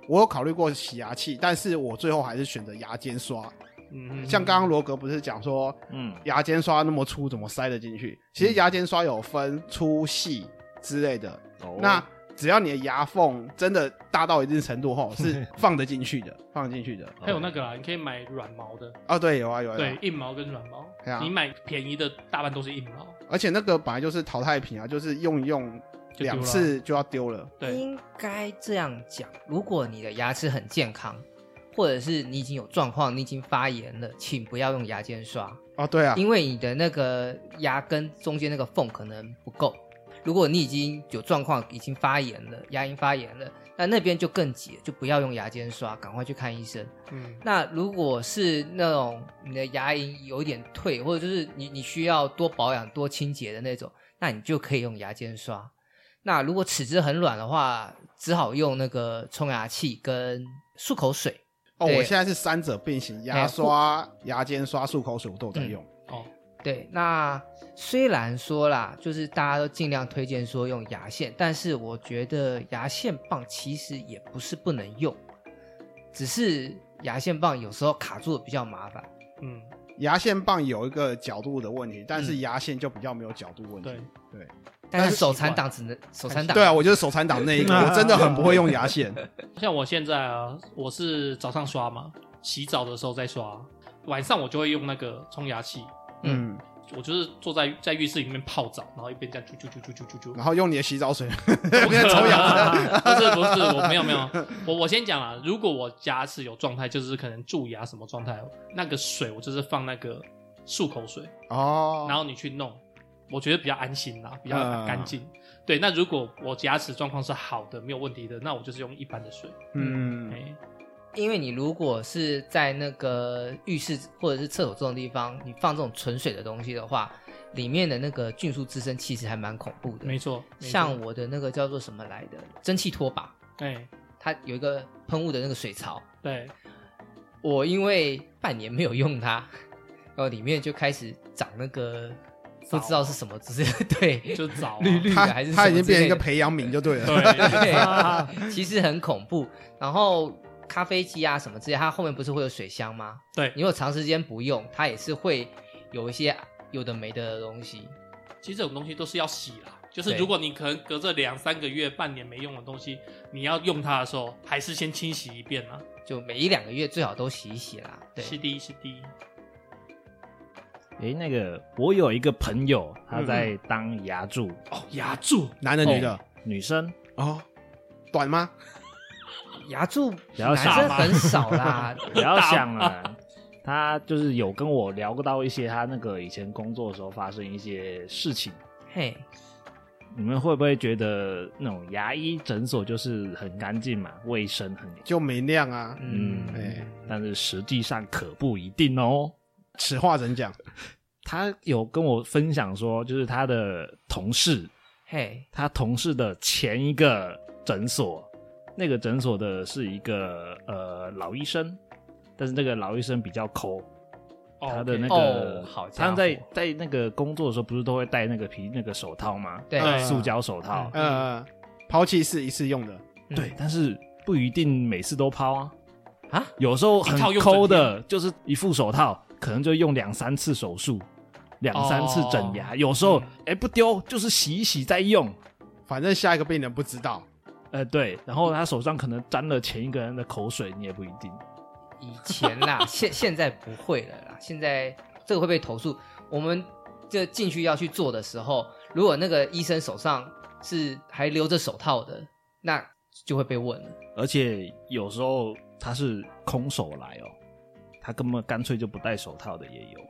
S4: 我有考虑过洗牙器，但是我最后还是选择牙尖刷。
S3: 嗯，
S4: 像刚刚罗格不是讲说
S5: 嗯，
S4: 牙尖刷那么粗，怎么塞得进去？其实牙尖刷有分粗细之类的，
S5: 哦
S4: 那只要你的牙缝真的大到一定程度后， 是放得进去的，放得进去的。
S3: 还有那个啦，你可以买软毛的，
S4: 哦，对，有啊有啊，有
S3: 对
S4: 啊，
S3: 硬毛跟软毛
S4: 对啊，
S3: 你买便宜的大半都是硬毛。
S4: 而且那个本来就是淘汰品啊，就是用一用
S3: 就丢了
S4: 两次就要丢了。
S3: 对，
S2: 应该这样讲，如果你的牙齿很健康，或者是你已经有状况，你已经发炎了，请不要用牙尖刷，
S4: 哦，对啊，
S2: 因为你的那个牙根中间那个缝可能不够。如果你已经有状况，已经发炎了，牙龈发炎了，那那边就更挤，就不要用牙尖刷，赶快去看医生。
S3: 嗯，
S2: 那如果是那种你的牙龈有一点退，或者就是你你需要多保养、多清洁的那种，那你就可以用牙尖刷。那如果齿质很软的话，只好用那个冲牙器跟漱口水。
S4: 哦，
S2: 对哎
S4: 我现在是三者并行，牙刷、牙尖刷、漱口水我都有在用。
S3: 哦，
S2: 对，那虽然说啦，就是大家都尽量推荐说用牙线，但是我觉得牙线棒其实也不是不能用，只是牙线棒有时候卡住比较麻烦。
S3: 嗯，
S4: 牙线棒有一个角度的问题，但
S2: 嗯
S4: 是牙线就比较没有角度问题。
S3: 对，
S2: 但
S4: 但
S2: 是
S4: 是
S2: 手残党只能手残党
S4: 对啊，我就是手残党那一个，
S5: 嗯
S4: 我真的很不会用牙线。
S3: 像我现在啊，我是早上刷嘛，洗澡的时候再刷，晚上我就会用那个冲牙器，
S4: 嗯，
S3: 我就是坐在在浴室里面泡澡，然后一边这样啾啾啾啾啾啾啾
S4: 然，后用你的洗澡水，
S3: 不
S4: 边 抽牙
S3: 不是不是，我没有没有，我我先讲啊，如果我牙齿有状态，就是可能蛀牙什么状态，那个水我就是放那个漱口水，
S4: 哦，
S3: 然后你去弄，我觉得比较安心啦，比较
S4: 嗯
S3: 干净。对，那如果我牙齿状况是好的，没有问题的，那我就是用一般的水。
S4: 嗯
S3: 哎、
S2: 因为你如果是在那个浴室或者是厕所这种地方，你放这种纯水的东西的话，里面的那个菌素滋生其实还蛮恐怖的。
S3: 没错，没错
S2: 像我的那个叫做什么来的蒸汽拖把，
S3: 哎、
S2: 它有一个喷雾的那个水槽，
S3: 对，
S2: 我因为半年没有用它， 然后里面就开始长那个不知道是什么滋， 对，
S3: 就早、啊、
S2: 绿绿
S4: 他
S2: 的还是
S4: 他已
S2: 什么
S4: 经
S2: 之
S4: 变
S2: 类
S4: 成一个
S2: 的
S4: 培养皿就对了。
S3: 对，
S2: 对，其实很恐怖。然后咖啡机啊什么之类，它后面不是会有水箱吗？
S3: 对
S2: 你有长时间不用，它也是会有一些有的没的东西。
S3: 其实这种东西都是要洗啦。就是
S2: 对
S3: 如果你可能隔着两三个月、半年没用的东西，你要用它的时候，还是先清洗一遍啦。
S2: 就每一两个月最好都洗一洗啦。对，
S3: 是第一，是第一。
S5: 诶，那个我有一个朋友，他在当牙柱，
S3: 哦，牙柱
S4: 男的女的
S5: 女生，
S4: 哦，短吗？
S2: 牙柱
S5: 然后
S2: 男生很少 啦。
S5: 不要想了。他就是有跟我聊到一些他那个以前工作的时候发生一些事情，
S2: 嘿，
S5: 你们会不会觉得那种牙医诊所就是很干净嘛，卫生很
S4: 就没亮啊，
S2: 嗯，
S4: 哎，
S5: 但是实际上可不一定哦。
S4: 此话怎讲？
S5: 他有跟我分享说，就是他的同事，
S2: 嘿，
S5: 他同事的前一个诊所，那个诊所的是一个呃老医生，但是那个老医生比较抠，
S3: 哦
S5: 他的那
S3: OK
S5: 个、
S2: 哦好家伙
S5: 他在在那个工作的时候不是都会戴那个皮那个手套吗？
S2: 对
S4: 嗯
S5: 塑胶手套。
S4: 呃，抛弃式一次用的，
S2: 嗯
S5: 对，但是不一定每次都抛啊。
S2: 啊，
S5: 有时候
S3: 一套
S5: 很
S3: 用
S5: 抠
S3: 整
S5: 的，就是一副手套，可能就用两三次手术，两三次整
S3: 哦嗯
S5: 牙。有时候，哎、不丢，就是洗一洗再用。
S4: 反正下一个病人不知道。
S5: 呃，对，然后他手上可能沾了前一个人的口水，你也不一定。
S2: 以前啦，现现在不会了啦，现在这个会被投诉。我们这进去要去做的时候，如果那个医生手上是还留着手套的，那就会被问了。
S5: 而且有时候他是空手来哦，他根本干脆就不戴手套的也有，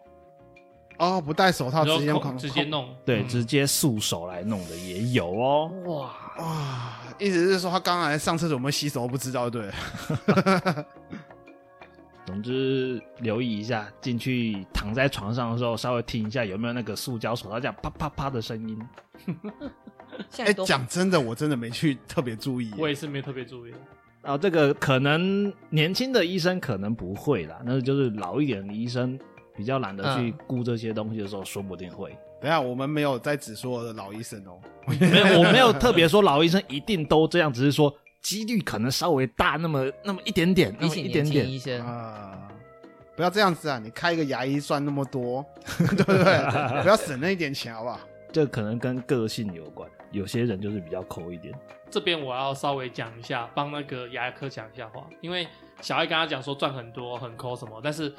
S4: 哦，不戴手套
S3: 然
S4: 直接用
S3: 后
S4: 空
S3: 直接弄，
S5: 对，
S3: 嗯
S5: 直接束手来弄的也有哦。
S2: 哇，
S4: 啊，意思是说他刚才上厕所有没有洗手不知道，对了，
S5: 总之留意一下，进去躺在床上的时候，稍微听一下有没有那个塑胶手套这样啪啪啪的声音。
S2: 现
S4: 哎、
S2: 在都
S4: 讲真的，我真的没去特别注意。
S3: 我也是没特别注意。
S5: 然啊后这个可能年轻的医生可能不会啦，但是就是老一点的医生比较懒得去
S2: 嗯
S5: 顾这些东西的时候，说不定会。
S4: 等一下我们没有在指说老医生哦，
S5: 没有，我没有特别说老医生一定都这样，只是说几率可能稍微大那么那么一点点，
S2: 比
S5: 那么
S2: 起
S5: 一
S2: 年
S5: 点
S2: 轻医
S5: 点。
S2: 生，
S4: 啊、不要这样子啊！你开一个牙医赚那么多， 对不对？不要省那一点钱好不好？
S5: 这可能跟个性有关，有些人就是比较抠一点。
S3: 这边我要稍微讲一下，帮那个牙科讲一下话，因为小爱跟他讲说赚很多很抠什么，但是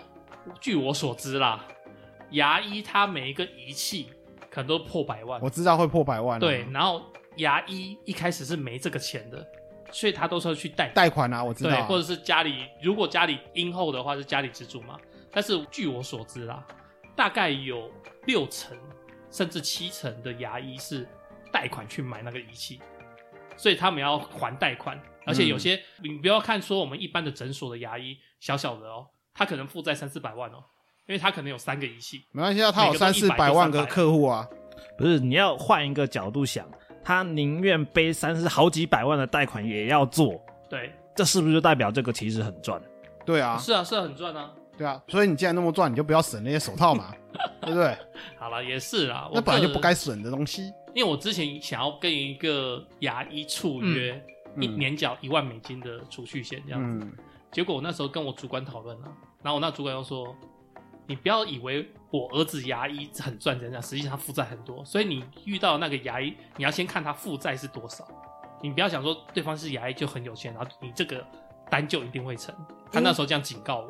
S3: 据我所知啦，牙医他每一个仪器可能都破百万
S4: 我，知道会破百万、啊，
S3: 对，，然后牙医一开始是没这个钱的，所以他都是要去贷
S4: 贷款啊，我知道、
S3: 对，
S4: 啊，
S3: 或者是家里如果家里因后的话是家里资助嘛，但是据我所知啦，大概有六成甚至七成的牙医是贷款去买那个仪器，所以他们要还贷款，而且
S4: 嗯
S3: 有些、你不要看说我们一般的诊所的牙医小小的哦，他可能负债三四百万哦，因为他可能有三个仪器，
S4: 没关系啊，他有
S3: 每个都
S4: 三四
S3: 100
S4: 百万个
S3: 300
S4: 客户啊，
S5: 不是，你要换一个角度想，他宁愿背三是好几百万的贷款也要做，
S3: 对，
S5: 这是不是就代表这个其实很 赚？
S4: 对啊，
S3: 是啊，是啊，很赚啊。
S4: 对啊，所以你既然那么赚，你就不要省那些手套嘛， 对不对？
S3: 好了，也是啦，我
S4: 那本来
S3: 个
S4: 就不该省的东西。
S3: 因为我之前想要跟一个牙医处约，
S4: 嗯
S3: 一年缴一万美金的储蓄险这样子。
S4: 嗯，
S3: 结果我那时候跟我主管讨论了，然后我那主管又说：“你不要以为我儿子牙医很赚钱这样，实际上他负债很多。所以你遇到那个牙医，你要先看他负债是多少，你不要想说对方是牙医就很有钱，然后你这个单就一定会成。”
S2: 嗯
S3: 他那时候这样警告我，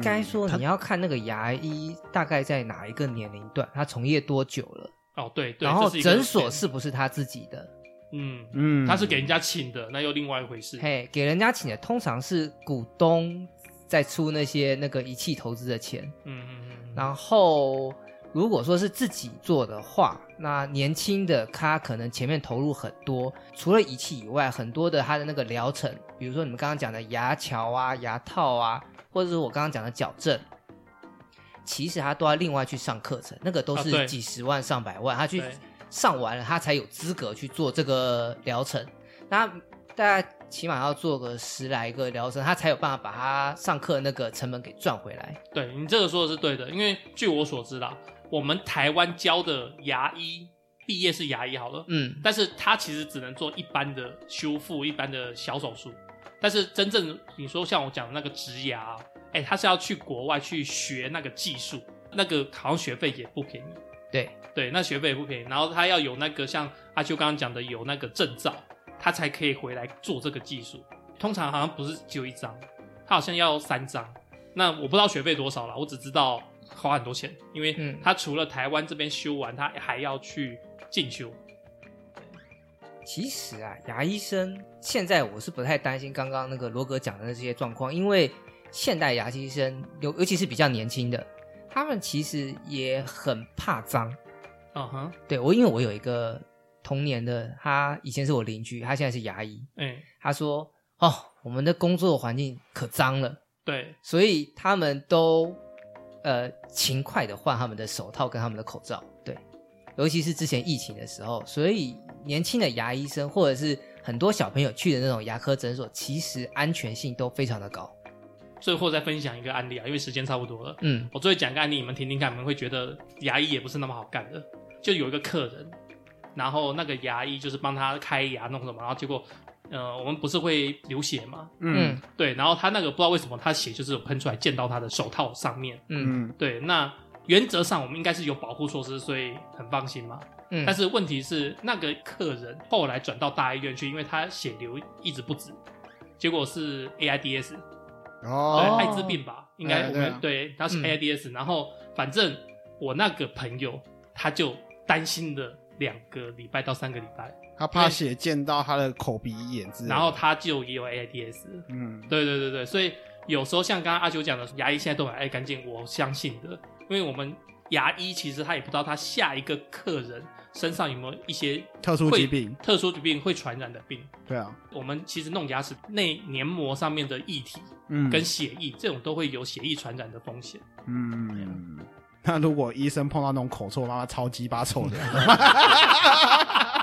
S4: 嗯
S2: 该说
S5: 他
S2: 你要看那个牙医大概在哪一个年龄段，他从业多久了，
S3: 哦，对对，
S2: 然后
S3: 这是一个
S2: 诊所是不是他自己的？
S3: 嗯，
S4: 嗯
S3: 他是给人家请的，那又另外一回事。
S2: 嘿，给人家请的通常是股东在出那些那个仪器投资的钱，
S3: 嗯嗯嗯，
S2: 然后如果说是自己做的话，那年轻的他可能前面投入很多，除了仪器以外，很多的他的那个疗程，比如说你们刚刚讲的牙桥啊、牙套啊，或者是我刚刚讲的矫正。其实他都要另外去上课程，那个都
S3: 啊对
S2: 是几十万、上百万，他去
S3: 对
S2: 上完了，他才有资格去做这个疗程。那大概起码要做个十来个疗程，他才有办法把他上课那个成本给赚回来。
S3: 对你这个说的是对的，因为据我所知啦，我们台湾教的牙医毕业是牙医好了，
S2: 嗯，
S3: 但是他其实只能做一般的修复、一般的小手术。但是真正你说像我讲的那个植牙啊，哎、他是要去国外去学那个技术，那个好像学费也不便宜。
S2: 对
S3: 对，那学费也不便宜，然后他要有那个像阿秋刚刚讲的有那个证照，他才可以回来做这个技术。通常好像不是只有一张，他好像要三张。那我不知道学费多少啦，我只知道花很多钱，因为
S2: 嗯
S3: 他除了台湾这边修完，他还要去进修。
S2: 其实啊，牙医生现在我是不太担心刚刚那个罗格讲的这些状况，因为现代牙医生尤尤其是比较年轻的，他们其实也很怕脏。
S3: 嗯哼，
S2: 对我，因为我有一个童年的，他以前是我邻居，他现在是牙医，
S3: 哎、
S2: 他说：“哦，我们的工作环境可脏了，
S3: 对，
S2: 所以他们都呃勤快的换他们的手套跟他们的口罩。对，尤其是之前疫情的时候，所以年轻的牙医生或者是很多小朋友去的那种牙科诊所，其实安全性都非常的高。
S3: 最后再分享一个案例啊，因为时间差不多了。
S2: 嗯
S3: 我最后讲一个案例，你们听听看，你们会觉得牙医也不是那么好干的。就有一个客人，然后那个牙医就是帮他开牙弄什么，然后结果，呃，我们不是会流血嘛？
S2: 嗯
S3: 对，然后他那个不知道为什么他血就是有喷出来，溅到他的手套上面。
S2: 嗯
S4: 嗯
S3: 对，那原则上我们应该是有保护措施，所以很放心嘛。
S2: 嗯
S3: 但是问题是，那个客人后来转到大医院去，因为他血流一直不止，结果是 AIDS，、
S4: 哦
S3: 对，艾滋病吧，应该
S4: 哎
S3: 我
S4: 对
S3: 们、
S4: 啊
S3: 对，然后是
S2: 嗯
S3: AIDS，、然后反正我那个朋友他就担心了两个礼拜到三个礼拜，
S4: 他怕血溅到他的口鼻眼之类的
S3: 然后他就也有 AIDS，
S4: 嗯，
S3: 对对对对，所以有时候像刚刚阿九讲的，牙医现在都很爱干净，我相信的，因为我们牙医其实他也不知道他下一个客人身上有没有一些
S4: 特殊
S3: 会
S4: 疾病，
S3: 特殊疾病会传染的病。
S4: 对啊，
S3: 我们其实弄牙齿内黏膜上面的液体
S4: 嗯，
S3: 跟血液，这种都会有血液传染的风险。
S4: 嗯。那如果医生碰到那种口臭，妈妈超鸡巴臭的，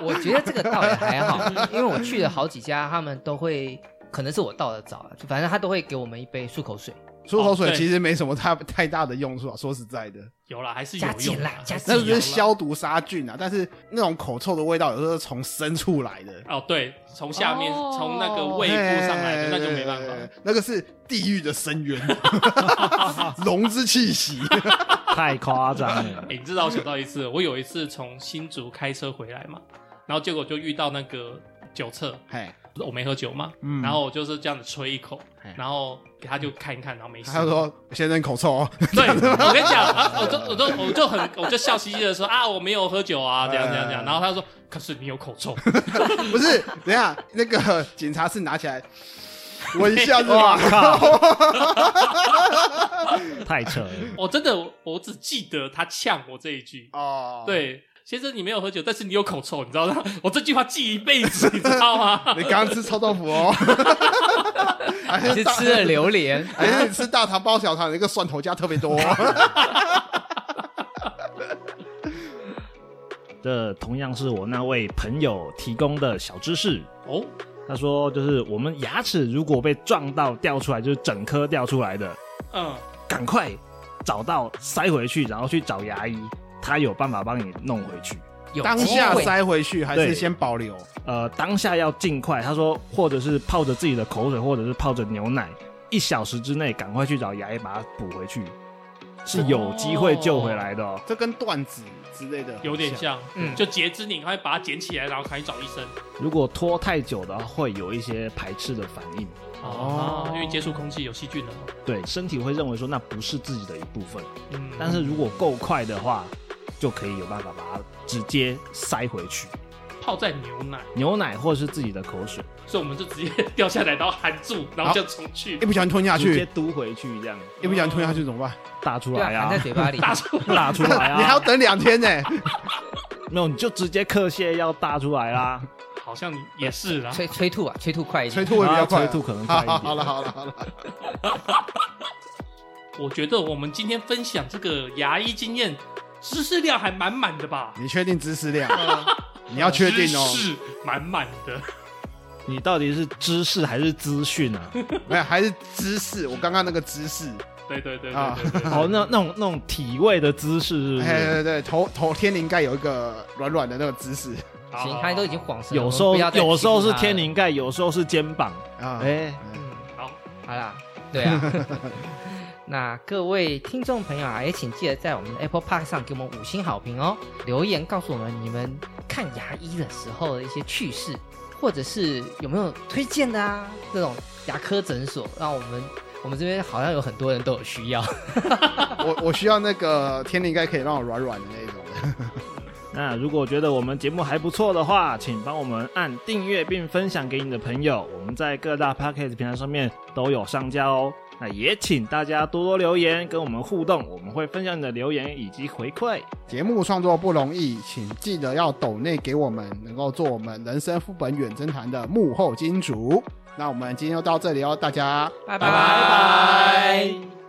S2: 我觉得这个倒也还好，因为我去了好几家，他们都会，可能是我到的早啊，就反正他都会给我们一杯漱口水，
S4: 漱口
S3: 哦
S4: 水
S3: 对
S4: 其实没什么太太大的用处啊。说实在的，
S3: 有啦， 还是有
S2: 加
S3: 用
S2: 减
S3: 啦
S2: 啦，加
S4: 那
S2: 减
S4: 只是
S3: 有啦
S4: 消毒杀菌啊，但是那种口臭的味道有时候是从深处来的，
S3: 哦，对，从下面
S2: 哦
S3: 从那个胃部上来的，那就没办
S4: 嘿
S3: 法。，
S4: 哎那个是地狱的深 渊， 龙之气息。
S5: 太夸张了
S3: 哎、。你知道我想到一次， 我有一次从新竹开车回来嘛，然后结果就遇到那个酒测，
S4: 嘿，
S3: 我没喝酒嘛，
S4: 嗯
S3: 然后我就是这样子吹一口
S4: 嘿，
S3: 然后给他就看一看，然后没 事。
S4: 他说：“先生口臭哦。
S3: 对，我跟你讲，我就我就我就很我就笑嘻嘻的说啊，我没有喝酒啊，怎样怎样怎
S4: 哎
S3: 样。然后他说，可是你有口臭，
S4: 不是，等一下那个警察是拿起来闻一下是吧？
S5: 太扯了，
S3: 我真的我只记得他呛我这一句，
S4: 哦，，
S3: 对。先生，你没有喝酒，但是你有口臭，你知道吗？ 我这句话记一辈子，你知道吗？
S4: 你刚刚吃臭豆腐 哦，还
S2: 你是
S4: 大
S2: 吃了榴莲，
S4: 还是你吃大肠包小肠，那个蒜头加特别 多。
S5: 这同样是我那位朋友提供的小知识。
S3: 哦，
S5: 他说，就是我们牙齿如果被撞到掉出来，就是整颗掉出来的，
S3: 嗯，
S5: 赶快找到塞回去，然后去找牙医，他有办法帮你弄回去。
S2: 有
S4: 当
S2: 机
S4: 下
S2: 会
S4: 塞回去还是
S5: 对
S4: 先保留？
S5: 呃，当下要尽快，他说，或者是泡着自己的口水，或者是泡着牛奶，一小时之内赶快去找牙医把它补回去，是有机会救回来的哦。
S4: 这跟断指之类的
S3: 有点像，
S2: 嗯
S3: 就截肢，你赶快把它捡起来，然后赶紧找医生。
S5: 如果拖太久的话，会有一些排斥的反应，
S3: 哦
S4: 哦，
S3: 因为接触空气有细菌了嘛。
S5: 对身体会认为说那不是自己的一部分。
S3: 嗯，
S5: 但是如果够快的话，就可以有办法把它直接塞回去，
S3: 泡在牛奶，
S5: 牛奶或是自己的口水，
S3: 所以我们就直接掉下来，然后含住，然后就冲去
S4: 一不小心吞下
S5: 直接
S4: 去，
S5: 嘟回去这样
S4: 一不小心吞下去怎么办？
S5: 大出
S2: 对啊
S5: 来
S2: 含
S5: 啊
S2: 在，嘴 巴里，
S3: 大出
S5: 大出来啊，
S4: 你还要等两 天呢。
S5: 没有你就直接嗑泻药大出来啊啦，
S3: 好像也是啦。
S2: 催催吐啊，催吐快一
S4: 催
S2: 点，
S4: 吐会比较快啊，
S5: 催吐可能快
S4: 好
S5: 一点
S4: 好好了好了好了，
S3: 我觉得我们今天分享这个牙医经验，知识量还满满的吧？
S4: 你确定知识 量？你要确定哦
S3: 知，识满满的。
S5: 你到底是知识还是资讯啊？
S2: 嗯
S4: 没有还是知识？我刚刚那个知识，
S3: 对对对
S4: 啊
S3: 对对对。
S5: 哦，那那种那种体味的姿势是不
S4: 哎
S5: 是？
S4: 对对对，头头天灵盖有一个软软的那个知识
S3: 好
S2: 行，他都已经晃神了，
S5: 有时
S2: 我
S5: 候
S2: 们不要再
S5: 有时候
S2: 欺负
S5: 是
S2: 他了
S5: 天，灵盖，有时候是肩膀，
S4: 啊，
S5: 哎，
S2: 嗯，
S3: 好，
S2: 好啦，对 啊。 那各位听众朋友啊，也请记得在我们的 Apple Park 上给我们五星好评哦，留言告诉我们你们看牙医的时候的一些趣事，或者是有没有推荐的啊？这种牙科诊所，让我们我们这边好像有很多人都有需要。
S4: 我我需要那个天灵盖可以让我软软的那种 的。
S5: 那如果觉得我们节目还不错的话，请帮我们按订阅并分享给你的朋友。我们在各大 p o c a s t 平台上面都有上架哦。那也请大家多多留言跟我们互动，我们会分享你的留言以及回馈。
S4: 节目创作不容易，请记得要抖内给我们，能够做我们人生副本远征团的幕后金主。那我们今天就到这里哦，大家
S2: 拜
S3: 拜拜
S2: 拜。